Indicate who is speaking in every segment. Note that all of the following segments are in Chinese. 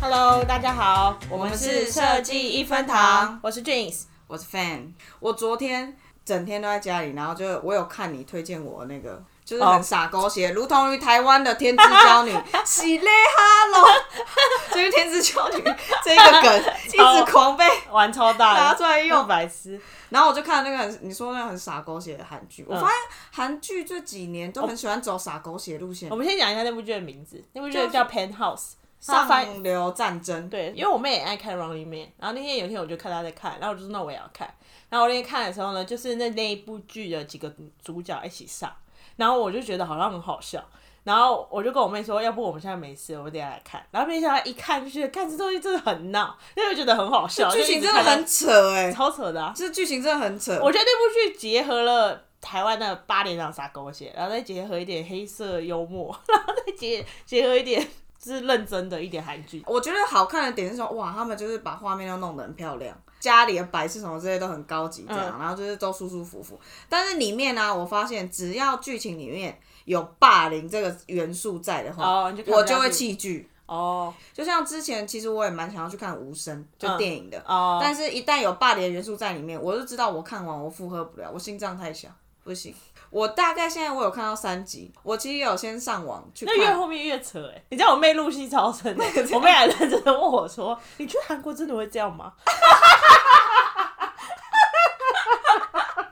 Speaker 1: Hello，大家好，我们
Speaker 2: 是
Speaker 1: 是
Speaker 2: 设计一分堂，
Speaker 1: 我是 Jeans。
Speaker 2: 我是 fan，我昨天整天都在家里，然后就我有看你推荐我那个，就是
Speaker 1: 哦
Speaker 2: 很傻狗血，如同于台湾的天之 娇女喜嘞哈喽，就是天之娇女这个梗
Speaker 1: 超
Speaker 2: 一直狂被。
Speaker 1: 玩超大的，
Speaker 2: 拿出来用
Speaker 1: 白痴。
Speaker 2: 然后我就看那个很你说那个很傻狗血的韩剧，
Speaker 1: 嗯
Speaker 2: 我发现韩剧这几年都很喜欢走傻狗血路线
Speaker 1: 我，们先讲一下那部剧的名字，那部剧
Speaker 2: 就是
Speaker 1: 叫《Penthouse》。它翻
Speaker 2: 上流战争。
Speaker 1: 对，因为我妹也爱看《Running Man》，然后那天有一天我就看她在看，然后我就说那我也要看。然后我那天看的时候呢，就是那那一部剧的几个主角一起上，然后我就觉得好像很好笑。然后我就跟我妹说，要不我们现在没事，我们等一下来看。然后没想到一看就觉得，看这东西真的很闹，因为觉得很好笑，
Speaker 2: 剧
Speaker 1: 就一
Speaker 2: 情
Speaker 1: 直
Speaker 2: 真的
Speaker 1: 看到
Speaker 2: 很扯哎、
Speaker 1: 超扯的、啊。
Speaker 2: 这剧情真的很扯。
Speaker 1: 我觉得那部剧结合了台湾的八点档傻狗血，然后再结合一点黑色幽默， 然后再结结合一点就是认真的一点韩剧。
Speaker 2: 我觉得好看的点是说，哇，他们就是把画面都弄得很漂亮，家里的摆饰什么这些都很高级，这样，然后就是都舒舒服服。但是里面呢、我发现只要剧情里面有霸凌这个元素在的话，
Speaker 1: 哦你就看不下
Speaker 2: 我
Speaker 1: 去
Speaker 2: 就会弃剧。
Speaker 1: 哦
Speaker 2: 就像之前，其实我也蛮想要去看《无声》就电影的，
Speaker 1: 哦
Speaker 2: 但是一旦有霸凌的元素在里面，我就知道我看完我负荷不了，我心脏太小，不行。我大概现在我有看到三集，我其实有先上网去看
Speaker 1: 那。越后面越扯哎、你知道我妹入戏超深 的、
Speaker 2: 啊
Speaker 1: 我妹还认真的问我说：“你去韩国真的会这样 吗？”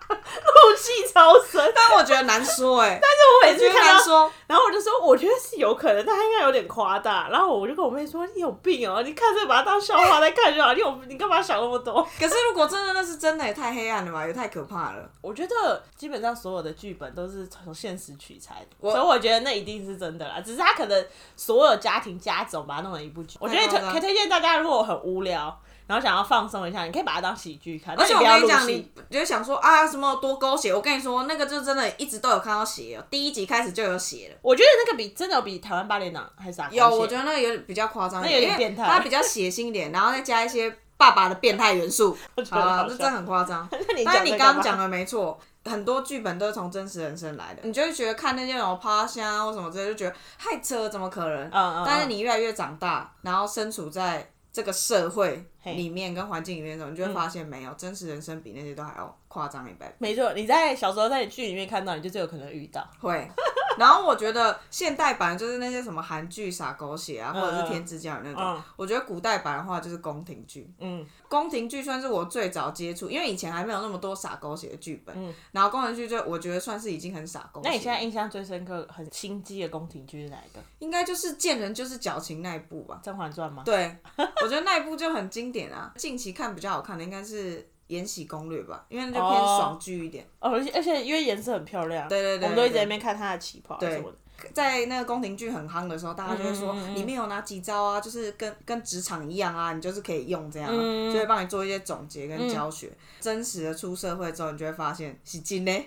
Speaker 1: 入戏超深，
Speaker 2: 但我觉得难说哎、 但
Speaker 1: 我每
Speaker 2: 是
Speaker 1: 次
Speaker 2: 我觉得
Speaker 1: 看
Speaker 2: 难
Speaker 1: 到
Speaker 2: 说。
Speaker 1: 然后我就说，我觉得是有可能，但他应该有点夸大。然后我就跟我妹说，你有病哦、你看这个把它当笑话在看就好，你有你干嘛想那么多？
Speaker 2: 可是如果真的那是真的，也太黑暗了吧，也太可怕了。
Speaker 1: 我觉得基本上所有的剧本都是从现实取材的，所以我觉得那一定是真的啦。只是他可能所有家庭家总把它弄成一部剧。我觉得
Speaker 2: 太夸
Speaker 1: 推
Speaker 2: 张
Speaker 1: 可以推荐大家，如果很无聊，然后想要放松一下，你可以把它当喜剧看，
Speaker 2: 而且我
Speaker 1: 但
Speaker 2: 跟
Speaker 1: 你
Speaker 2: 你
Speaker 1: 不要入
Speaker 2: 讲，
Speaker 1: 戏
Speaker 2: 你。就想说啊，什么多狗血？我跟你说，那个就真的一直都有看到血哦，第一集开始就有血了。
Speaker 1: 我觉得那个比真的有比台湾八点档还傻狗血。
Speaker 2: 有，我觉得那个有点比较夸张，
Speaker 1: 那有点变态
Speaker 2: 因为它比较血腥一点，然后再加一些爸爸的变态 元素。
Speaker 1: 觉
Speaker 2: 好
Speaker 1: 得
Speaker 2: 了
Speaker 1: 好，
Speaker 2: 这真
Speaker 1: 笑
Speaker 2: 的很夸张。
Speaker 1: 那你讲
Speaker 2: 但是
Speaker 1: 这
Speaker 2: 你
Speaker 1: 个
Speaker 2: 刚刚
Speaker 1: 吧
Speaker 2: 讲的没错，很多剧本都是从真实人生来的，
Speaker 1: 嗯
Speaker 2: 你就会觉得看那些什么趴下或什么之类，就觉得太扯了，怎么可能？
Speaker 1: 嗯嗯
Speaker 2: 但是你越来越长大，然后身处在这个社会里面跟环境里面的时候，你就会发现没有、真实人生比那些都还要夸张一 百倍。
Speaker 1: 没错，你在小时候在剧里面看到，你就最有可能遇到。
Speaker 2: 会。然后我觉得现代版就是那些什么韩剧傻狗血啊，或者是天之骄女那种。
Speaker 1: 嗯
Speaker 2: 我觉得古代版的话就是宫廷剧，
Speaker 1: 嗯，
Speaker 2: 宫廷剧算是我最早接触，因为以前还没有那么多傻狗血的剧本。然后宫廷剧就我觉得算是已经很傻狗
Speaker 1: 嗯
Speaker 2: 血。
Speaker 1: 那你现在印象最深刻、很心机的宫廷剧是哪一个？《
Speaker 2: 应该就是见人就是矫情那一部吧？
Speaker 1: 甄嬛传》吗？
Speaker 2: 对，我觉得那一部就很经典啊。近期看比较好看的应该是《延禧攻略》吧，因为那就偏
Speaker 1: 哦
Speaker 2: 爽剧一点。
Speaker 1: 哦，而且而且因为颜色很漂亮，
Speaker 2: 对对对
Speaker 1: 我们都一直在
Speaker 2: 对
Speaker 1: 那边看她的旗袍啊什么的。
Speaker 2: 在那个宫廷剧很夯的时候，大家就会说里面有哪几招啊，就是跟跟职场一样啊，你就是可以用这样、啊，就会帮你做一些总结跟教学。真实的出社会之后，你就会发现是真的，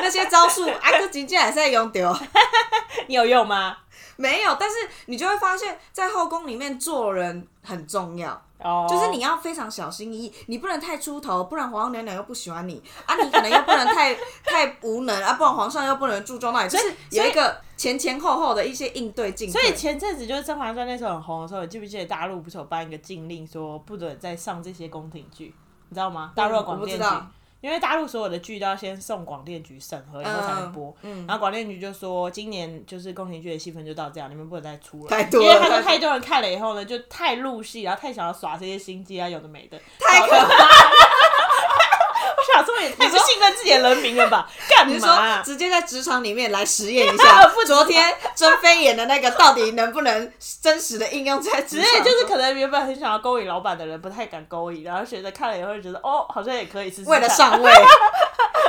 Speaker 2: 那些招数啊，哥今天还是在用丢。
Speaker 1: 你有用吗？
Speaker 2: 没有，但是你就会发现，在后宫里面做人很重要。
Speaker 1: 哦，
Speaker 2: 就是你要非常小心翼翼，你不能太出头，不然皇后娘娘又不喜欢你啊，你可能又不能太太无能啊，不然皇上又不能注重到你，就是有一个前前后后的一些应对进退。
Speaker 1: 所以前阵子就是《甄嬛传》那时候很红的时候，你记不记得大陆不是有颁一个禁令，说不准再上这些宫廷剧，你知道吗？大陆的
Speaker 2: 嗯我
Speaker 1: 广
Speaker 2: 不
Speaker 1: 电
Speaker 2: 知
Speaker 1: 局，
Speaker 2: 道
Speaker 1: 因为大陆所有的剧都要先送广电局审核，然后才能播。
Speaker 2: 嗯
Speaker 1: 然后广电局就说，今年就是宫廷剧的戏份就到这样，你们不能再出了，
Speaker 2: 太多了
Speaker 1: 因为他说
Speaker 2: 太
Speaker 1: 太多人看了以后呢，就太入戏，然后太想要耍这些心机啊，有的没的，
Speaker 2: 太可怕了，
Speaker 1: 我想说也太不信任自己的人民了吧？干
Speaker 2: 你
Speaker 1: 嘛
Speaker 2: 说
Speaker 1: 啊？
Speaker 2: 直接在职场里面来实验一下
Speaker 1: 不，知道
Speaker 2: 昨天甄妃演的那个到底能不能真实的应用在职
Speaker 1: 只
Speaker 2: 场
Speaker 1: 是
Speaker 2: 中？
Speaker 1: 就是可能原本很想要勾引老板的人，不太敢勾引，然后觉得看了以后就觉得哦，好像也可以试试看。
Speaker 2: 为了上位，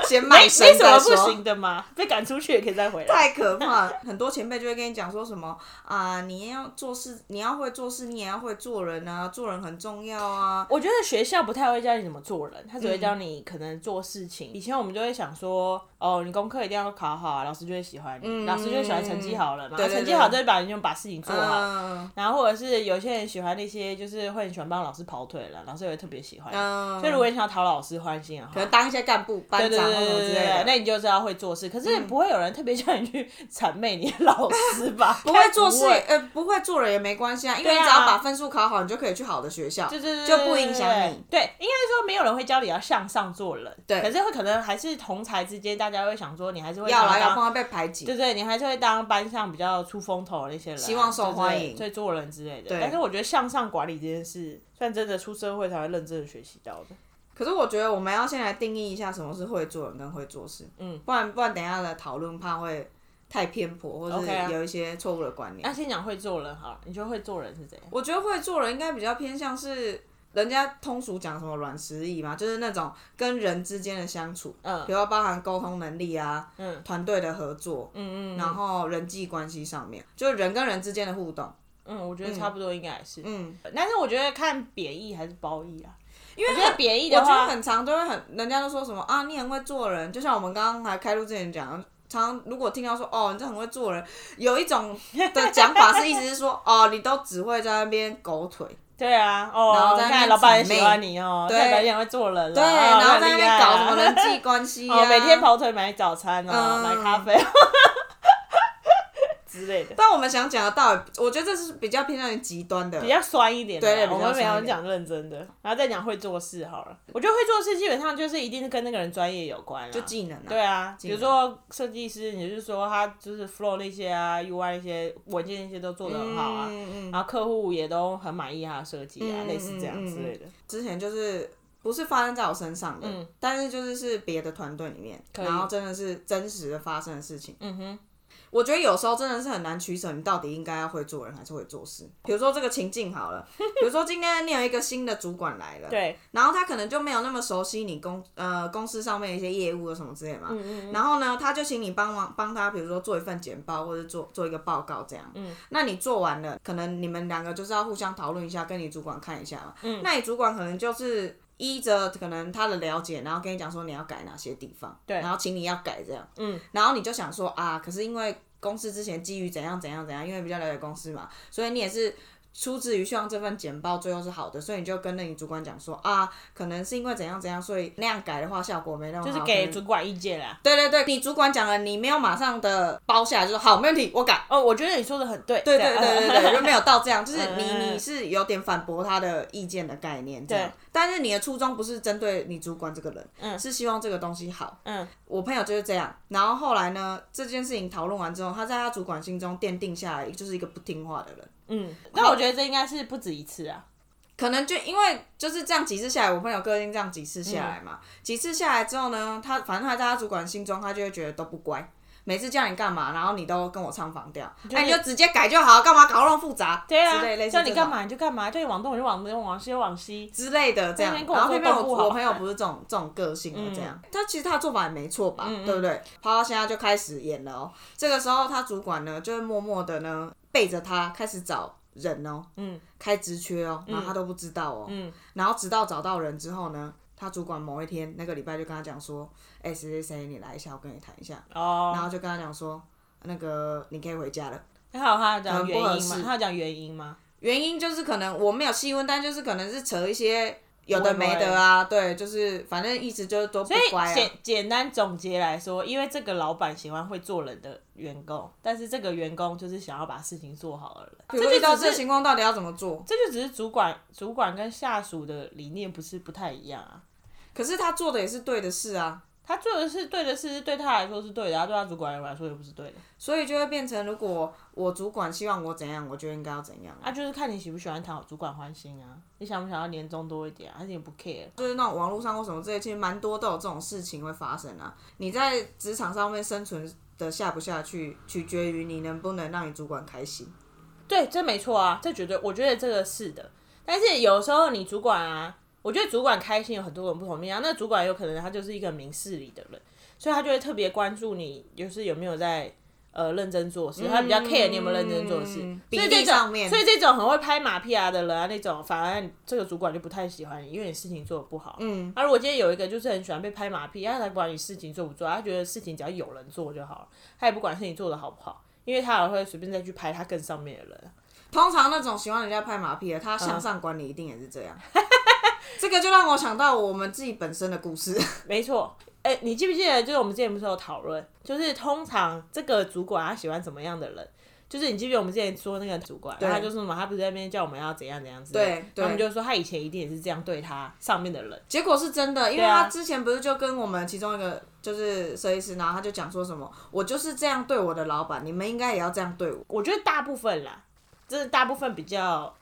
Speaker 2: 先
Speaker 1: 没
Speaker 2: 卖
Speaker 1: 没
Speaker 2: 身
Speaker 1: 什么
Speaker 2: 再
Speaker 1: 不
Speaker 2: 说。
Speaker 1: 行的嘛，被赶出去也可以再回来。
Speaker 2: 太可怕了！很多前辈就会跟你讲说什么啊、你要做事，你要会做事，你也要会做人啊，做人很重要啊。嗯
Speaker 1: 我觉得学校不太会教你怎么做人，他只会教你可能做事情。以前我们就会想说，哦，你功课一定要考好啊，老师就会喜欢你，
Speaker 2: 嗯
Speaker 1: 老师就喜欢成绩好了嘛，啊
Speaker 2: 对对对
Speaker 1: 成绩好再把你就把事情做好。
Speaker 2: 嗯
Speaker 1: 然后或者是有些人喜欢那些，就是会很喜欢帮老师跑腿了，老师也会特别喜欢你。
Speaker 2: 嗯，
Speaker 1: 所以如果你想要讨老师欢心的啊话，
Speaker 2: 可能当一些干部、班
Speaker 1: 对对
Speaker 2: 长
Speaker 1: 对
Speaker 2: 或什么
Speaker 1: 对对
Speaker 2: 之
Speaker 1: 对
Speaker 2: 类的。嗯
Speaker 1: 那你就知道会做事。可是不会有人特别叫你去 谄媚你的老师吧？
Speaker 2: 不会做事，
Speaker 1: 应该不会
Speaker 2: 呃，不会做人也没关系啊，因为
Speaker 1: 对
Speaker 2: 你
Speaker 1: 啊
Speaker 2: 只要把分数考好，你就可以去好的学校，
Speaker 1: 对对对，
Speaker 2: 就不影响你。
Speaker 1: 对，应该说没有人会教你要向上做人，
Speaker 2: 对
Speaker 1: 可是会可能还是同才之间，大家会想说你还是会
Speaker 2: 要来
Speaker 1: 想
Speaker 2: 要
Speaker 1: 当
Speaker 2: 碰到被排挤，
Speaker 1: 对对，你还是会当班上比较出风头的那些人啊，
Speaker 2: 希望受欢迎
Speaker 1: 对对做人之类的。
Speaker 2: 对
Speaker 1: 但是我觉得向上管理这件事，算真的出社会才会认真的学习到的。
Speaker 2: 可是我觉得我们要先来定义一下什么是会做人跟会做事，嗯，不然不然等一下的讨论怕会太偏颇，或
Speaker 1: OK 啊
Speaker 2: 者有一些错误的观念。
Speaker 1: 那先讲会做人好了，你觉得会做人是怎样？
Speaker 2: 我觉得会做人应该比较偏向是人家通俗讲什么软实力嘛，就是那种跟人之间的相处，
Speaker 1: 嗯
Speaker 2: 比如说包含沟通能力啊，
Speaker 1: 嗯
Speaker 2: 团队的合作，
Speaker 1: 嗯嗯
Speaker 2: 然后人际关系上面，就是人跟人之间的互动，
Speaker 1: 嗯，我觉得差不多应该也是。
Speaker 2: 嗯。
Speaker 1: 但是我觉得看贬义还是褒义啊，因为
Speaker 2: 为
Speaker 1: 我觉得贬义
Speaker 2: 我
Speaker 1: 的
Speaker 2: 觉得
Speaker 1: 话，
Speaker 2: 很常都会很，人家都说什么啊，你很会做人，就像我们刚刚还开录之前讲，常常如果听到说哦，你这很会做人，有一种的讲法是意思是说 哦，你都只会在那边狗腿，
Speaker 1: 对啊，哦，
Speaker 2: 然后在
Speaker 1: 你
Speaker 2: 那
Speaker 1: 看
Speaker 2: 边
Speaker 1: 老板也
Speaker 2: 谄媚
Speaker 1: 喜欢你哦，
Speaker 2: 对
Speaker 1: 代表也会做人了，啊哦对
Speaker 2: 对，然后在那边搞什么人
Speaker 1: 人
Speaker 2: 际关系
Speaker 1: 啊
Speaker 2: 啊
Speaker 1: 哦，
Speaker 2: 呀，
Speaker 1: 每天。跑腿买早餐哦，
Speaker 2: 嗯
Speaker 1: 买咖 啡 之类的，
Speaker 2: 但我们想讲的道理，我觉得这是比较偏向于极端的
Speaker 1: 比，较酸一点的啦。
Speaker 2: 对比较
Speaker 1: 我们没
Speaker 2: 酸
Speaker 1: 有
Speaker 2: 一点
Speaker 1: 讲认真的，然后再讲会做事好了。我觉得会做事基本上就是一定是跟那个人专业有关啦，
Speaker 2: 就技能啊。
Speaker 1: 对啊，比如
Speaker 2: 能
Speaker 1: 说设计师，你就是说他就是 flow 那些啊，UI 那些文件那些都做得很好啊，
Speaker 2: 嗯嗯
Speaker 1: 然后客户也都很满意他的设计啊，
Speaker 2: 嗯
Speaker 1: 类似这样之类的。
Speaker 2: 之前就是不是发生在我身上的，
Speaker 1: 嗯
Speaker 2: 但是就是是别的团队里面，
Speaker 1: 可以
Speaker 2: 然后真的是真实的发生的事情。
Speaker 1: 嗯哼，
Speaker 2: 我觉得有时候真的是很难取舍，你到底应该要会做人还是会做事。比如说这个情境 好了，比如说今天你有一个新的主管来了，
Speaker 1: 对，
Speaker 2: 然后他可能就没有那么熟悉你公呃公司上面的一些业务啊什么之类嘛，
Speaker 1: 嗯
Speaker 2: 然后呢，他就请你帮忙帮他，比如说做一份简报或者做做一个报告这样。嗯，那你做完了，可能你们两个就是要互相讨论一下，跟你主管看一下嘛。嗯，那你主管可能就是依着可能他的了解，然后跟你讲说你要改哪些地方，
Speaker 1: 对
Speaker 2: 然后请你要改这样。
Speaker 1: 嗯，
Speaker 2: 然后你就想说啊，可是因为公司之前基于怎样怎样怎样，因为比较了解公司嘛，所以你也是出自于希望这份简报最后是好的，所以你就跟那你主管讲说啊，可能是因为怎样怎样，所以那样改的话效果没那么好。
Speaker 1: 就是给
Speaker 2: 可能
Speaker 1: 主管意见啊啦。
Speaker 2: 对对对，你主管讲了，你没有马上的包下来，就说好，没问题，我改。
Speaker 1: 哦，我觉得你说的很对。
Speaker 2: 对
Speaker 1: 这
Speaker 2: 对
Speaker 1: 样
Speaker 2: 对对 对，就没有到这样，就是你
Speaker 1: 嗯
Speaker 2: 你是有点反驳他的意见的概念这样
Speaker 1: 对，
Speaker 2: 但是你的初衷不是针对你主管这个人，
Speaker 1: 嗯
Speaker 2: 是希望这个东西好，
Speaker 1: 嗯，
Speaker 2: 我朋友就是这样，然后后来呢，这件事情讨论完之后，他在他主管心中奠定下来，就是一个不听话的人。
Speaker 1: 嗯，但我觉得这应该是不止一次啊。
Speaker 2: 可能就因为就是这样几次下来，我朋友个性这样几次下来嘛，几次下来之后呢，他反正他在他主管心中，他就会觉得都不乖，每次叫你干嘛，然后你都跟我唱反调，哎、
Speaker 1: 就是
Speaker 2: 你就直接改就好，干嘛搞那么复杂？
Speaker 1: 对啊
Speaker 2: 之类，类似
Speaker 1: 叫你
Speaker 2: 这种
Speaker 1: 干嘛你就干嘛，叫你往东我就往东，往西就往西。
Speaker 2: 之类的这样
Speaker 1: 那边。跟我
Speaker 2: 然后偏偏
Speaker 1: 说都
Speaker 2: 我
Speaker 1: 不好嗯
Speaker 2: 我朋友不是这种这种个性的这样，他其实他的做法也没错吧，对不对？跑到现在就开始演了哦。这个时候他主管呢，就会默默的呢背着他开始找人哦，
Speaker 1: 嗯，
Speaker 2: 开职缺哦，然后他都不知道哦，
Speaker 1: 嗯，
Speaker 2: 然后直到找到人之后呢。他主管某一天那个礼拜就跟他讲说，哎、谁谁谁，你来一下，我跟你谈一下。然
Speaker 1: 哦，
Speaker 2: 后就跟他讲说，那个你可以回家了。
Speaker 1: 那哎还有他有讲
Speaker 2: 很不
Speaker 1: 原
Speaker 2: 合
Speaker 1: 因吗？
Speaker 2: 适
Speaker 1: 他有讲原因吗？
Speaker 2: 原因就是可能我没有细问，但就是可能是扯一些有的没的啊，对，就是反正意思就是都不
Speaker 1: 所以
Speaker 2: 乖啊
Speaker 1: 简。简单总结来说，因为这个老板喜欢会做人的员工，但是这个员工就是想要把事情做好而已。
Speaker 2: 比如说遇到
Speaker 1: 这就
Speaker 2: 这
Speaker 1: 只是
Speaker 2: 情况，到底要怎么做？
Speaker 1: 这就只是主管主管跟下属的理念不是不太一样啊。
Speaker 2: 可是他做的也是对的事啊，
Speaker 1: 他做的是对的事，对他来说是对的，他对他主管来说也不是对的。
Speaker 2: 所以就会变成，如果我主管希望我怎样，我就应该要怎样啊，
Speaker 1: 啊，就是看你喜不喜欢讨主管欢心啊，你想不想要年终多一点、啊，还是你不 care？
Speaker 2: 就是那种网络上或什么这些，其实蛮多都有这种事情会发生啊。你在职场上面生存的下不下去，取决于你能不能让你主管开心。
Speaker 1: 对，这没错啊，这绝对，我觉得这个是的。但是有时候你主管啊，我觉得主管开心有很多种不同面啊。那主管有可能他就是一个明事理的人，所以他就会特别关注你，就是有没有在呃认真做事，他比较 care 你有没有认真做事。
Speaker 2: 嗯
Speaker 1: 所以
Speaker 2: 比
Speaker 1: 这
Speaker 2: 例上
Speaker 1: 种，
Speaker 2: 面
Speaker 1: 所以这种很会拍马屁啊的人啊，那种反而这个主管就不太喜欢你，因为你事情做的不好。嗯，那、如果今天有一个就是很喜欢被拍马屁，他才不管你事情做不做，他觉得事情只要有人做就好了，他也不管事情做的好不好，因为他还会随便再去拍他更上面的人。
Speaker 2: 通常那种喜欢人家拍马屁的，他向上管理一定也是这样。 这个就让我想到我们自己本身的故事。
Speaker 1: 没错，哎、你记不记得，就是我们之前不是有讨论，就是通常这个主管他喜欢怎么样的人？就是你记不记得我们之前说那个主管，然后他就说什么，他不是在那边叫我们要怎样怎样之类的，
Speaker 2: 对对
Speaker 1: 他们就说他以前一定也是这样对他上面的人，
Speaker 2: 结果是真的，因为
Speaker 1: 对啊
Speaker 2: 他之前不是就跟我们其中一个就是设计师，然后他就讲说什么，我就是这样对我的老板，你们应该也要这样对我。
Speaker 1: 我觉得大部分啦，真的大部分比较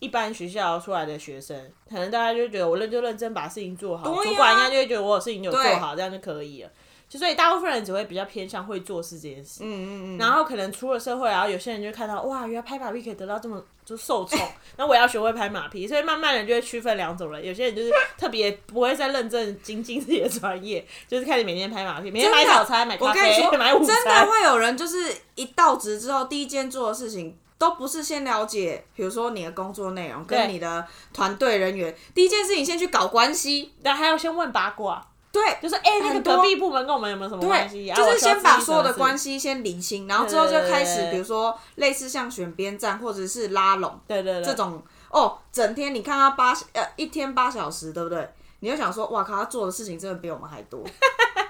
Speaker 1: 一般学校出来的学生，可能大家就觉得我认就认真把事情做好，
Speaker 2: 对啊
Speaker 1: 主管应该就会觉得我有事情有做好，这样就可以了。就所以大部分人只会比较偏向会做事这件事，
Speaker 2: 嗯嗯嗯。
Speaker 1: 然后可能出了社会，然后有些人就看到哇，原来拍马屁可以得到这么就受 宠，那我也要学会拍马屁，所以慢慢的就会区分两种人，有些人就是特别不会再认真精进自己的专业，就是看你每天拍马屁，每天买早餐、买
Speaker 2: 我
Speaker 1: 咖
Speaker 2: 跟你
Speaker 1: 啡、
Speaker 2: 说，
Speaker 1: 买午餐，
Speaker 2: 真的会有人就是一到职之后，第一件做的事情都不是先了解，比如说你的工作内容
Speaker 1: 对
Speaker 2: 跟你的团队人员，第一件事情先去搞关系。
Speaker 1: 但还要先问八卦。
Speaker 2: 对，
Speaker 1: 就是哎、那个
Speaker 2: 很多
Speaker 1: 隔壁部门跟我们有没有什么关系？
Speaker 2: 对，
Speaker 1: 啊
Speaker 2: 就是先把所有的
Speaker 1: 系，
Speaker 2: 关系先理清，然后之后就
Speaker 1: 对对
Speaker 2: 开始
Speaker 1: 对，
Speaker 2: 比如说类似像选边站或者是拉拢
Speaker 1: 对对对，
Speaker 2: 这种哦，整天你看他八呃一天八小时，对不对？你就想说，哇靠，他做的事情真的比我们还 多，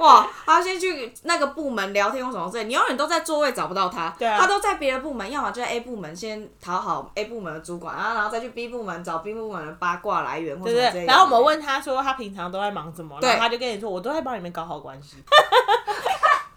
Speaker 2: 哇！他先去那个部门聊天或什么之类，你永远都在座位找不到他，
Speaker 1: 对啊
Speaker 2: 他都在别的部门，要么就在 A 部门先讨好 A 部门的主管，然后然后再去 B 部门找 B 部门的八卦来源或
Speaker 1: 对
Speaker 2: 什么之类
Speaker 1: 对。
Speaker 2: 的。
Speaker 1: 然后我们问他说他平常都在忙什么，
Speaker 2: 对
Speaker 1: 然后他就跟你说我都在帮你们搞好关系，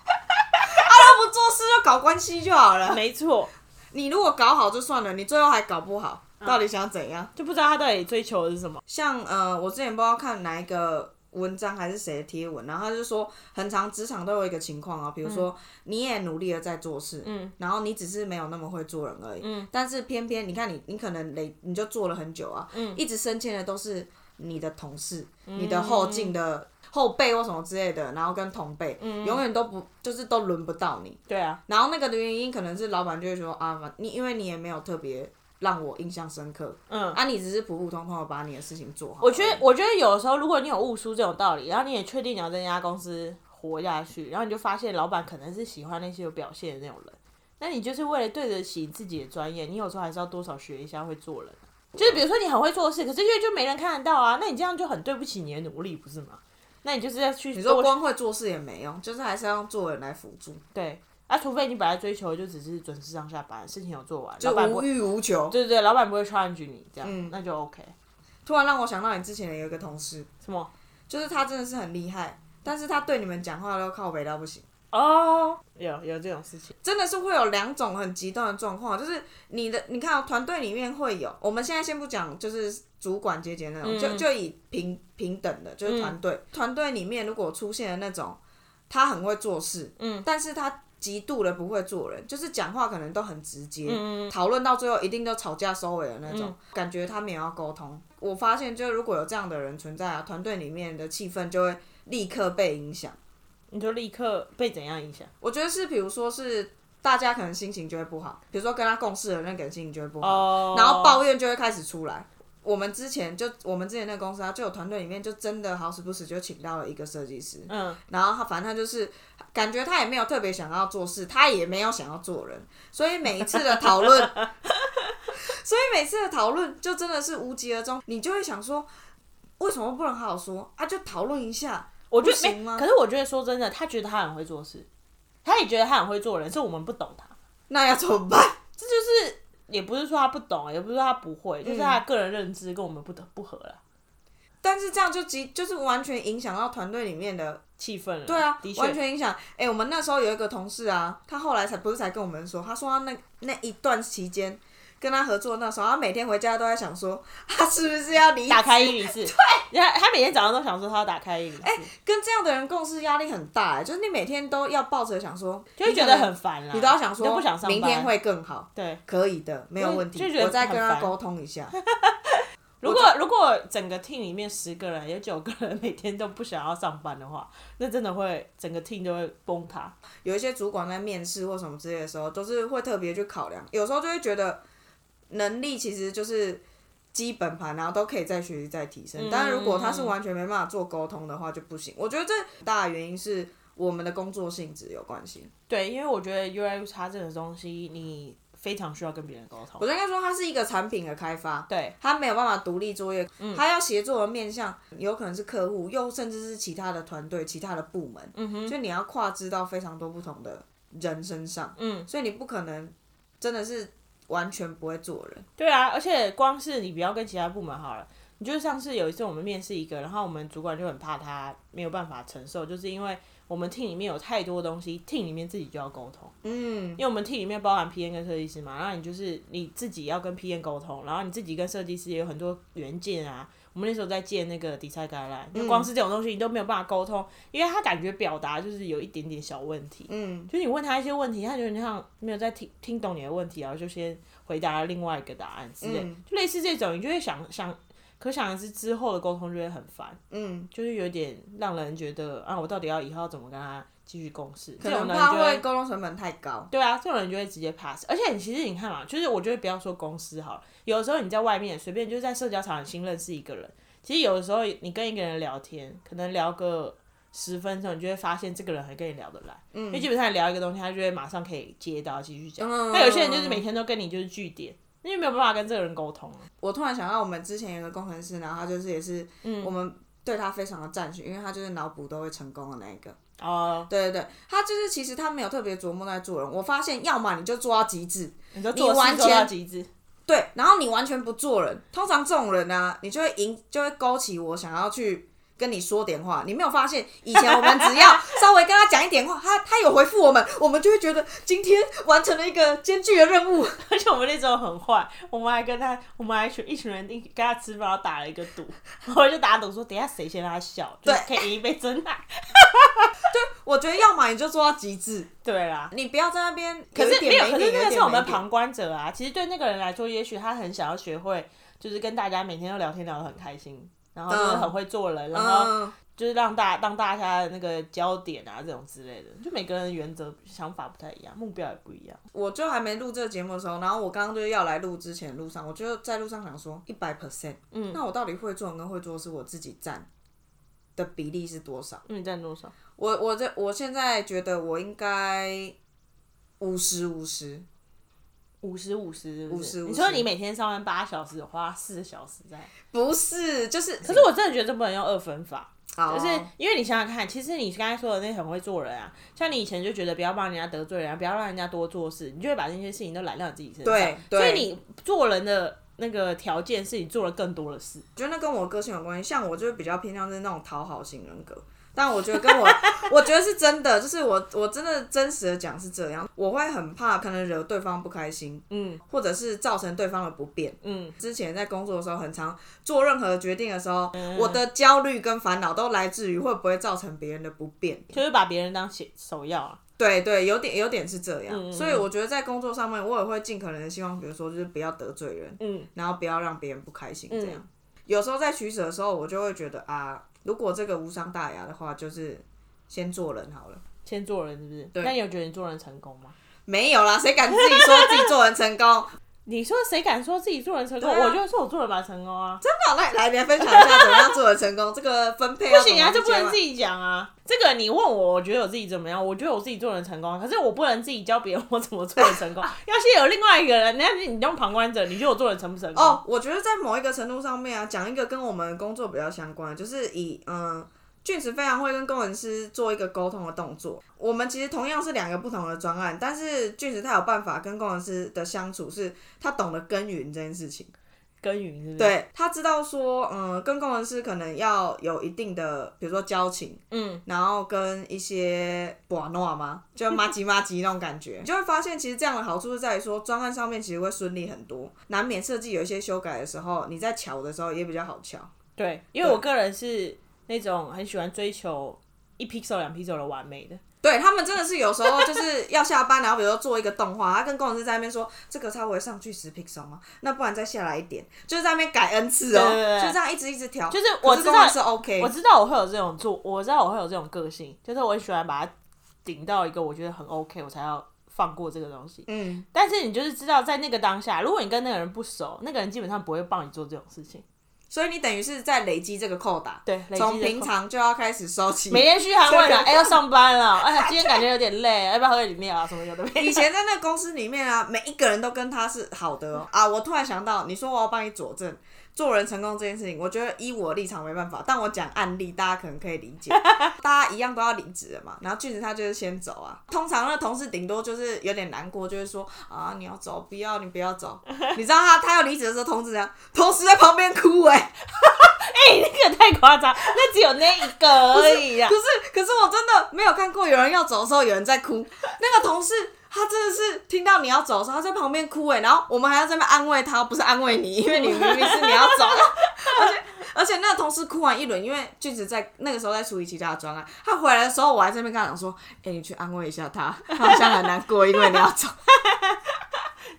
Speaker 2: 他不做事就搞关系就好了，
Speaker 1: 没错，
Speaker 2: 你如果搞好就算了，你最后还搞不好，到底想怎样？
Speaker 1: 就不知道他到底追求的是什么。
Speaker 2: 像呃，我之前不知道看哪一个文章还是谁的贴文，然后他就说，很长职场都有一个情况啊，比如说、你也努力的在做事，嗯，然后你只是没有那么会做人而已，嗯，但是偏偏你看你你可能累你就做了很久啊，嗯，一直升迁的都是你的同事，你的后进的后辈或什么之类的，然后跟同辈，嗯，永远都不就是都轮不到你，
Speaker 1: 对啊，
Speaker 2: 然后那个的原因可能是老板就会说啊，反你因为你也没有特别让我印象深刻，
Speaker 1: 嗯
Speaker 2: 啊，你只是普普通通的把你的事情做好。
Speaker 1: 我觉得，我觉得有的时候，如果你有悟出这种道理，然后你也确定你要在那家公司活下去，然后你就发现老板可能是喜欢那些有表现的那种人，那你就是为了对得起自己的专业，你有时候还是要多少学一下会做人。就是比如说你很会做事，可是因为就没人看得到啊，那你这样就很对不起你的努力，不是吗？那你就是要去
Speaker 2: 你
Speaker 1: 你
Speaker 2: 说光会做事也没用，就是还是要用做人来辅助，
Speaker 1: 对啊，除非你本来追求就只是准时上下班，事情有做完，
Speaker 2: 就
Speaker 1: 老板不
Speaker 2: 无
Speaker 1: 会，
Speaker 2: 欲无求。
Speaker 1: 对对对，老板不会 challenge 你这样，
Speaker 2: 嗯
Speaker 1: 那就 OK。
Speaker 2: 突然让我想到你之前有一个同事，
Speaker 1: 什么？
Speaker 2: 就是他真的是很厉害，但是他对你们讲话都靠北到不行。
Speaker 1: 哦，有有这种事情，
Speaker 2: 真的是会有两种很极端的状况，就是你的，你看哦团、队里面会有，我们现在先不讲，就是主管阶级那种，就就以平平等的，就是团队团队里面如果出现了那种他很会做事，嗯，但是他极度的不会做人，就是讲话可能都很直接，讨论、到最后一定都吵架收尾的那种，感觉他没有要沟通。我发现，就如果有这样的人存在啊，团队里面的气氛就会立刻被影响。
Speaker 1: 你就立刻被怎样影响？
Speaker 2: 我觉得是，比如说是大家可能心情就会不好，比如说跟他共事的那个人心情就会不好，
Speaker 1: 哦，
Speaker 2: 然后抱怨就会开始出来。我们之前就我们之前那个公司啊，就有团队里面就真的好死不死就请到了一个设计师，
Speaker 1: 嗯，
Speaker 2: 然后他反正他就是感觉他也没有特别想要做事，他也没有想要做人，所以每一次的讨论， 所以每次的讨论就真的是无疾而终，你就会想说，为什么不能好好说啊？就讨论一下，
Speaker 1: 我觉
Speaker 2: 不
Speaker 1: 得
Speaker 2: 行
Speaker 1: 没，
Speaker 2: 吗
Speaker 1: 可是我觉得说真的，他觉得他很会做事，他也觉得他很会做人，是我们不懂他。
Speaker 2: 那要怎么办？
Speaker 1: 也不是说他不懂，也不是说他不会，就是
Speaker 2: 嗯
Speaker 1: 他个人认知跟我们不得不合了，
Speaker 2: 但是这样就极就是完全影响到团队里面的，
Speaker 1: 气氛了。
Speaker 2: 对啊
Speaker 1: 的，确
Speaker 2: 完全影响。哎、我们那时候有一个同事啊，他后来才不是才跟我们说，他说他那那一段期间跟他合作那时候，他每天回家都在想说， 他是不是要离职
Speaker 1: 打开一零四，对，他他每天早上都想说他要打开一零四，
Speaker 2: 跟这样的人共事压力很大、哎，就是你每天都要抱着想说，
Speaker 1: 就会觉得很烦啦。
Speaker 2: 你都要想说，
Speaker 1: 就不想上班。
Speaker 2: 明天会更好，
Speaker 1: 对，
Speaker 2: 可以的，没有问
Speaker 1: 就
Speaker 2: 题
Speaker 1: 觉，得
Speaker 2: 我再跟
Speaker 1: 很
Speaker 2: 他
Speaker 1: 烦
Speaker 2: 沟通一下。
Speaker 1: 如果如果整个 team 里面十个人有九个人每天都不想要上班的话，那真的会整个 team 都会崩塌。
Speaker 2: 有一些主管在面试或什么之类的时候，都是会特别去考量，有时候就会觉得能力其实就是基本盘，然后都可以再学习再提升。但是如果他是完全没办法做沟通的话，就不行。我觉得这很大的原因是我们的工作性质有关系。
Speaker 1: 对，因为我觉得 UI 差这个东西，你非常需要跟别人沟通
Speaker 2: 我。觉得应该说它是一个产品的开发，
Speaker 1: 对，
Speaker 2: 他没有办法独立作业，他要协作的面向有可能是客户，又甚至是其他的团队、其他的部门，所以你要跨知到非常多不同的人身上，
Speaker 1: 嗯
Speaker 2: 所以你不可能真的是完全不会做人，
Speaker 1: 对啊，而且光是你不要跟其他部门好了，你就是上次有一次我们面试一个，然后我们主管就很怕他没有办法承受，就是因为我们 team 里面有太多东西，team 里面自己就要沟通，
Speaker 2: 嗯
Speaker 1: 因，为我们 team 里面包含 PM 跟设计师嘛，然后你就是你自己要跟 PM 沟通，然后你自己跟设计师也有很多原件啊。我们那时候在建那个 design guideline，就
Speaker 2: 嗯
Speaker 1: 光是这种东西你都没有办法沟通，因为他感觉表达就是有一点点小问题，
Speaker 2: 嗯，
Speaker 1: 就是你问他一些问题，他觉得你好像没有在听听懂你的问题，然后就先回答另外一个答案之类，
Speaker 2: 嗯
Speaker 1: 就类似这种，你就会想想，可想而知之后的沟通就会很烦，
Speaker 2: 嗯，
Speaker 1: 就是有点让人觉得啊，我到底要以后要怎么跟他继续共事？这
Speaker 2: 可能
Speaker 1: 种人
Speaker 2: 怕
Speaker 1: 就
Speaker 2: 会
Speaker 1: 会。
Speaker 2: 沟通成本太高，
Speaker 1: 对啊，这种人就会直接 pass。而且你其实你看嘛，就是我觉得不要说公司好了，有的时候你在外面随便就是在社交场合新认识一个人，其实有的时候你跟一个人聊天，可能聊个十分钟，你就会发现这个人还跟你聊得来，因为基本上你聊一个东西，他就会马上可以接到继续讲。
Speaker 2: 嗯
Speaker 1: 那有些人就是每天都跟你就是据点，那就没有办法跟这个人沟通啊。
Speaker 2: 我突然想到，我们之前有个工程师，然后他就是也是，我们对他非常的赞许，因为他就是脑补都会成功的那一个。
Speaker 1: 哦，
Speaker 2: 对对对，他就是其实他没有特别琢磨在做人。我发现，要么你就做到极致，
Speaker 1: 你就
Speaker 2: 你
Speaker 1: 做
Speaker 2: 完
Speaker 1: 事做到
Speaker 2: 全
Speaker 1: 极致，
Speaker 2: 对，然后你完全不做人。通常这种人呢、你就会引，就会勾起我想要去跟你说点话。你没有发现，以前我们只要稍微跟他讲一点话，他他有回复我们，我们就会觉得今天完成了一个艰巨的任务。
Speaker 1: 而且我们那时候很坏，我们还跟他，我们还群一群人一起跟他吃饭，然后打了一个赌，然后就打赌说，等一下谁先让他笑，就是可以赢一杯真奶。
Speaker 2: 我觉得，要么你就做到极致，
Speaker 1: 对啦，
Speaker 2: 你不要在那边
Speaker 1: 可
Speaker 2: 有 一
Speaker 1: 是
Speaker 2: 点
Speaker 1: 没有，
Speaker 2: 一
Speaker 1: 可是
Speaker 2: 点
Speaker 1: 那
Speaker 2: 有
Speaker 1: 个
Speaker 2: 一
Speaker 1: 是
Speaker 2: 点
Speaker 1: 我们
Speaker 2: 没一点
Speaker 1: 旁观者啊。其实对那个人来说，也许他很想要学会，就是跟大家每天都聊天聊得很开心，然后就是很会做人，然后
Speaker 2: 嗯，
Speaker 1: 就是让大让大家的那个焦点啊这种之类的，就每个人的原则想法不太一样，目标也不一样。
Speaker 2: 我就还没录这个节目的时候，然后我刚刚就是要来录之前路上，我就在路上想说一百 percent，嗯，那我到底会做跟会做是我自己占的比例是多少？
Speaker 1: 那你占多少？
Speaker 2: 我我这我现在觉得我应该五十五十，
Speaker 1: 五十五十，
Speaker 2: 50
Speaker 1: 你说你每天上班八小时，花四个小时在
Speaker 2: 不是就是，哦可
Speaker 1: 可是我真的觉得这不能用二分法，
Speaker 2: 就
Speaker 1: 就是因为你想想看，其实你刚才说的那很会做人啊，像你以前就觉得不要帮人家得罪人啊，不要让人家多做事，你就会把那些事情都揽到你自己身上。
Speaker 2: 对对
Speaker 1: 所以你做人的那个条件是你做了更多的事。
Speaker 2: 觉得那跟我个性有关系，像我就是比较偏向是那种讨好型人格。但我觉 得跟我，我觉得是真的，就是我我真的真实的讲是这样，我会很怕可能惹对方不开心，
Speaker 1: 嗯
Speaker 2: 或者是造成对方的不便。
Speaker 1: 嗯，
Speaker 2: 之前在工作的时候，很常做任何决定的时候，
Speaker 1: 嗯
Speaker 2: 我的焦虑跟烦恼都来自于会不会造成别人的不便。
Speaker 1: 就是把别人当首首要啊。
Speaker 2: 对对，有点有点是这样，
Speaker 1: 嗯嗯
Speaker 2: 所以我觉得在工作上面，我也会尽可能的希望，比如说就是不要得罪人，
Speaker 1: 嗯
Speaker 2: 然后不要让别人不开心这样。有时候在取舍的时候，我就会觉得啊，如果这个无伤大雅的话，就是先做人好了。
Speaker 1: 先做人是不是？那你有觉得你做人成功吗？
Speaker 2: 没有啦，谁敢自己说自己做人成功？
Speaker 1: 你说谁敢说自己做人成功？
Speaker 2: 对啊
Speaker 1: 我就说我做人蛮成功啊。
Speaker 2: 真的，哦来来，你来分享一下怎么样做人成功？这个分配
Speaker 1: 不
Speaker 2: 不
Speaker 1: 行啊，就不能自
Speaker 2: 己。
Speaker 1: 己讲啊。这个你问我，我觉得我自己怎么样？我觉得我自己做人成功啊，可是我不能自己教别人 我怎么做人成 功。要是有另外一个人，那你当旁观者，你觉得我做人成不成功？
Speaker 2: 哦，我觉得在某一个程度上面啊，讲一个跟我们工作比较相关的，就是以嗯，俊驰非常会跟工程师做一个沟通的动作。我们其实同样是两个不同的专案，但是俊驰他有办法跟工程师的相处是，他懂得耕耘这件事情。
Speaker 1: 耕耘是不是？，
Speaker 2: 对他知道说，嗯，跟工程师可能要有一定的，比如说交情，
Speaker 1: 嗯，
Speaker 2: 然后跟一些瓦诺嘛，就麻吉麻吉那种 感觉，你就会发现其实这样的好处是在于说，专案上面其实会顺利很多，难免设计有一些修改的时候，你在巧的时候也比较好巧。
Speaker 1: 对，因为我个人是那种很喜欢追求一 pixel 两 pixel 的完美的。
Speaker 2: 对他们真的是有时候就是要下班，然后比如说做一个动画，他跟工程师在那边说这个稍微上去十 pixel 吗？那不然再下来一点，就是在那边改 n 次哦、
Speaker 1: 对对对
Speaker 2: 就这样一直一直调。
Speaker 1: 就是
Speaker 2: 可
Speaker 1: 我
Speaker 2: 是
Speaker 1: 知
Speaker 2: 工
Speaker 1: 道
Speaker 2: 程师 OK，
Speaker 1: 我知道我会有这种做，我知道我会有这种个性，就是我喜欢把它顶到一个我觉得很 OK，我才要放过这个东西。
Speaker 2: 嗯，
Speaker 1: 但是你就是知道，在那个当下，如果你跟那个人不熟，那个人基本上不会帮你做这种事情。
Speaker 2: 所以你等于是在累积这个扣打，
Speaker 1: 对累积
Speaker 2: 从
Speaker 1: 这个
Speaker 2: 平
Speaker 1: 扣
Speaker 2: 常就要开始收起。
Speaker 1: 每天嘘寒问暖，
Speaker 2: 真的
Speaker 1: 哎、要上班 了，哎、今天感觉有点累，要不要喝饮料啊？什么有的 没的。
Speaker 2: 以前在那个公司里面啊，每一个人都跟他是好的、哦、啊。我突然想到，你说我要帮你佐证做人成功这件事情，我觉得依我的立场没办法，但我讲案例，大家可能可以理 解。大家一样都要离职了嘛，然后俊子他就是先走啊。通常那同事顶多就是有点难过，就会说啊你要走，不要你不要走。你知道他他要离职的时候，同事怎样？同事在旁边哭哎、
Speaker 1: 哎、那个太夸张，那只有那一个而已 啊
Speaker 2: 可。是，可是我真的没有看过有人要走的时候有人在哭。那个同事他真的是听到你要走的时候，他在旁边哭哎，然后我们还要在那边安慰他，不是安慰你，因为你明明是你要走 了。而且而且那个同事哭完一轮，因为句子在那个时候在处理其他的专案，他回来的时候我还在那边跟他讲说：“哎、你去安慰一下他，他好像很难过，因为你要走。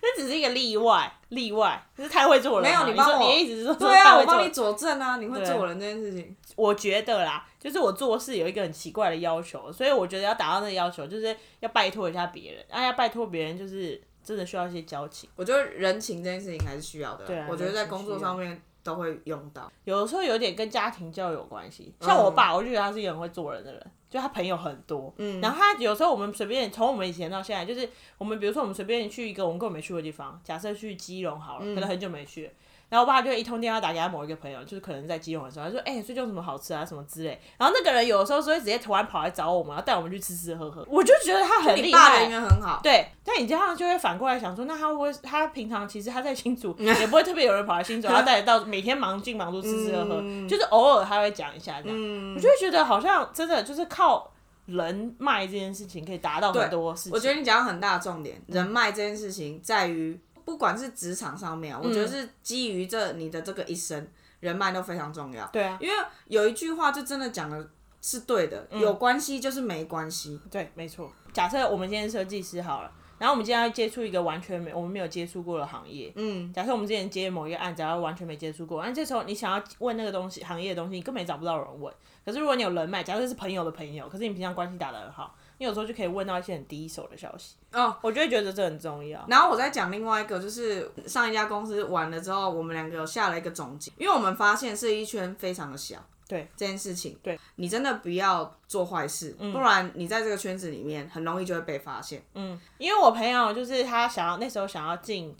Speaker 1: 那只是一个例外，例外，就是太会做人
Speaker 2: 没
Speaker 1: 了嘛。
Speaker 2: 有你
Speaker 1: 你
Speaker 2: 帮
Speaker 1: 说
Speaker 2: 我
Speaker 1: 你一直说”
Speaker 2: 对啊，
Speaker 1: 太
Speaker 2: 我
Speaker 1: 会做
Speaker 2: 帮你
Speaker 1: 人
Speaker 2: 佐证啊，你会做人这件事情。
Speaker 1: 我觉得啦，就是我做事有一个很奇怪的要求，所以我觉得要达到那个要求，就是要拜托一下别人，啊，要拜托别人，就是真的需要一些交情。
Speaker 2: 我觉得人情这件事情还是需要的，
Speaker 1: 对啊
Speaker 2: 我觉得
Speaker 1: 人
Speaker 2: 在
Speaker 1: 情
Speaker 2: 工作
Speaker 1: 需要
Speaker 2: 上面都会用到。
Speaker 1: 有的时候有点跟家庭教育有关系。像我爸，我就觉得他是一个很会做人的人，就他朋友很多。嗯，然后他有时候我们随便从我们以前到现在，就是我们比如说我们随便去一个我们根本没去过的地方，假设去基隆好了，可能很久没去了。然后我爸就一通电话打给他某一个朋友，就是可能在基隆的时候，他说：“哎、最近有什么好吃啊，什么之类。”然后那个人有的时候说会直接突然跑来找我们，要带我们去吃吃喝喝，我就觉得他很
Speaker 2: 你
Speaker 1: 厉
Speaker 2: 爸人
Speaker 1: 害。
Speaker 2: 缘很好，
Speaker 1: 对，但你这样就会反过来想说，那他会不会他平常其实他在新竹 也不会特别有人跑来新竹，然后带到每天忙进忙出吃吃喝喝，就是偶尔他会讲一下这样，我就会觉得好像真的就是靠人脉这件事情可以达到很多事情。
Speaker 2: 我觉得你讲到很大的重点，人脉这件事情在于，不管是职场上面
Speaker 1: 嗯
Speaker 2: 啊，我觉得是基于这你的这个一生，人脉都非常重要。
Speaker 1: 对啊，
Speaker 2: 因为有一句话就真的讲的是对的，
Speaker 1: 嗯
Speaker 2: 有关系就是没关系。
Speaker 1: 对，没错。假设我们今天是设计师好了，然后我们今天要接触一个完全没我们没有接触过的行业，嗯，假设我们之前接某一个案子，然后完全没接触过，那这时候你想要问那个东西行业的东西，你根本也找不到人问。可是如果你有人脉，假设是朋友的朋友，可是你平常关系打得很好，你有时候就可以问到一些很第一手的消息。
Speaker 2: 哦，
Speaker 1: 我就会觉得这很重要。
Speaker 2: 然后我再讲另外一个，就是上一家公司完了之后，我们两个有下了一个总结，因为我们发现是一圈非常的小。
Speaker 1: 对
Speaker 2: 这件事情，
Speaker 1: 对
Speaker 2: 你真的不要做坏事，不然你在这个圈子里面很容易就会被发现。
Speaker 1: 嗯，因为我朋友就是他想要那时候想要进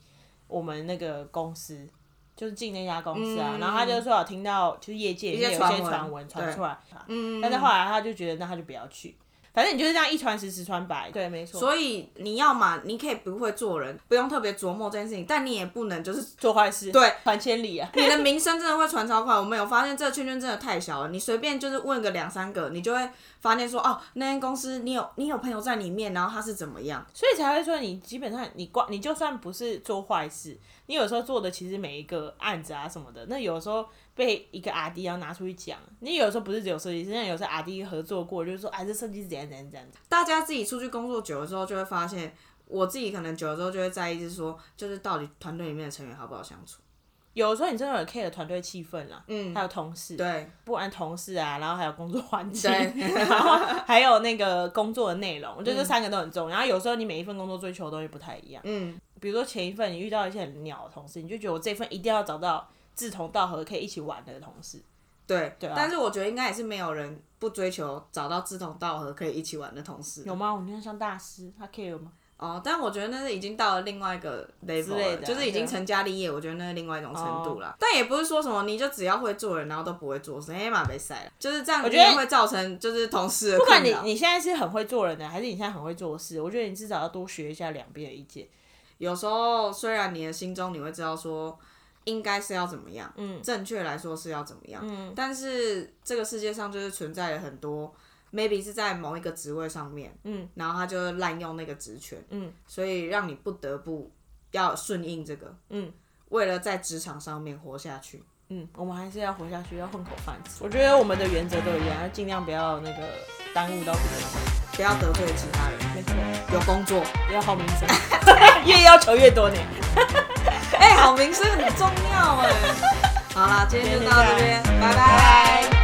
Speaker 1: 我们那个公司，就是进那家公司啊，然后他就说有听到就是业界里面有一
Speaker 2: 传
Speaker 1: 些
Speaker 2: 闻
Speaker 1: 传闻传
Speaker 2: 对
Speaker 1: 出来，嗯，但是后来他就觉得那他就不要去，反正你就是这样一传十十传百，对，没错，
Speaker 2: 所以你要嘛，你可以不会做人，不用特别琢磨这件事情，但你也不能 就是
Speaker 1: 做坏事，
Speaker 2: 对，
Speaker 1: 传千里啊，
Speaker 2: 你的名声真的会传超快。我们有发现这个圈圈真的太小了，你随便就是问个两三个，你就会发现说哦，那间公司你有你有朋友在里面，然后他是怎么样？
Speaker 1: 所以才会说你基本上你光你就算不是做坏事，你有时候做的其实每一个案子啊什么的，那有时候被一个阿弟要拿出去讲，你有时候不是只有设计师，那有时候阿弟合作过就是说啊这设计师怎样怎样怎样。
Speaker 2: 大家自己出去工作久了之后，就会发现，我自己可能久了之后就会在意，是说就是到底团队里面的成员好不好相处。
Speaker 1: 有时候你真的很 care 团队气氛啦，嗯，还有同事，
Speaker 2: 对，
Speaker 1: 不安同事啊，然后还有工作环境，
Speaker 2: 对
Speaker 1: 然后还有那个工作的内容，我觉得这三个都很重要。然后有时候你每一份工作追求的东西不太一样，
Speaker 2: 嗯，
Speaker 1: 比如说前一份你遇到一些很鸟的同事，你就觉得我这份一定要找到志同道合可以一起玩的同事。
Speaker 2: 对，
Speaker 1: 对啊
Speaker 2: 但是我觉得应该也是没有人不追求找到志同道合可以一起玩的同事。
Speaker 1: 有吗？我们像大师，他 care 吗？
Speaker 2: 哦，但我觉得那是已经到了另外一个 level
Speaker 1: 类
Speaker 2: 了，
Speaker 1: 的啊哦
Speaker 2: 就是已经
Speaker 1: 对
Speaker 2: 成家立业，我觉得那是另外一种程度啦。但也不是说什么你就只要会做人，然后都不会做事，哎嘛被塞了，就是这样，
Speaker 1: 我觉得
Speaker 2: 会造成就是同事的
Speaker 1: 不管
Speaker 2: 困
Speaker 1: 你
Speaker 2: 扰。
Speaker 1: 你现在是很会做人的，还是你现在很会做事，我觉得你至少要多学一下两边的意见。
Speaker 2: 有时候虽然你的心中你会知道说应该是要怎么样，嗯，正确来说是要怎么样，嗯，但是这个世界上就是存在了很多。maybe 是在某一个职位上面，嗯，然后他就滥用那个职权，嗯，所以让你不得不要顺应这个，嗯，为了在职场上面活下去，
Speaker 1: 嗯，我们还是要活下去，要混口饭吃。我觉得我们的原则都一样，要尽量不要那个耽误到别人。
Speaker 2: 不要得罪其他人，
Speaker 1: 没错，
Speaker 2: 有工作。
Speaker 1: 要好名声， 越要求越多呢。
Speaker 2: 哎、好名声很重要哎。好啦，今天就到这边，拜拜
Speaker 1: 拜拜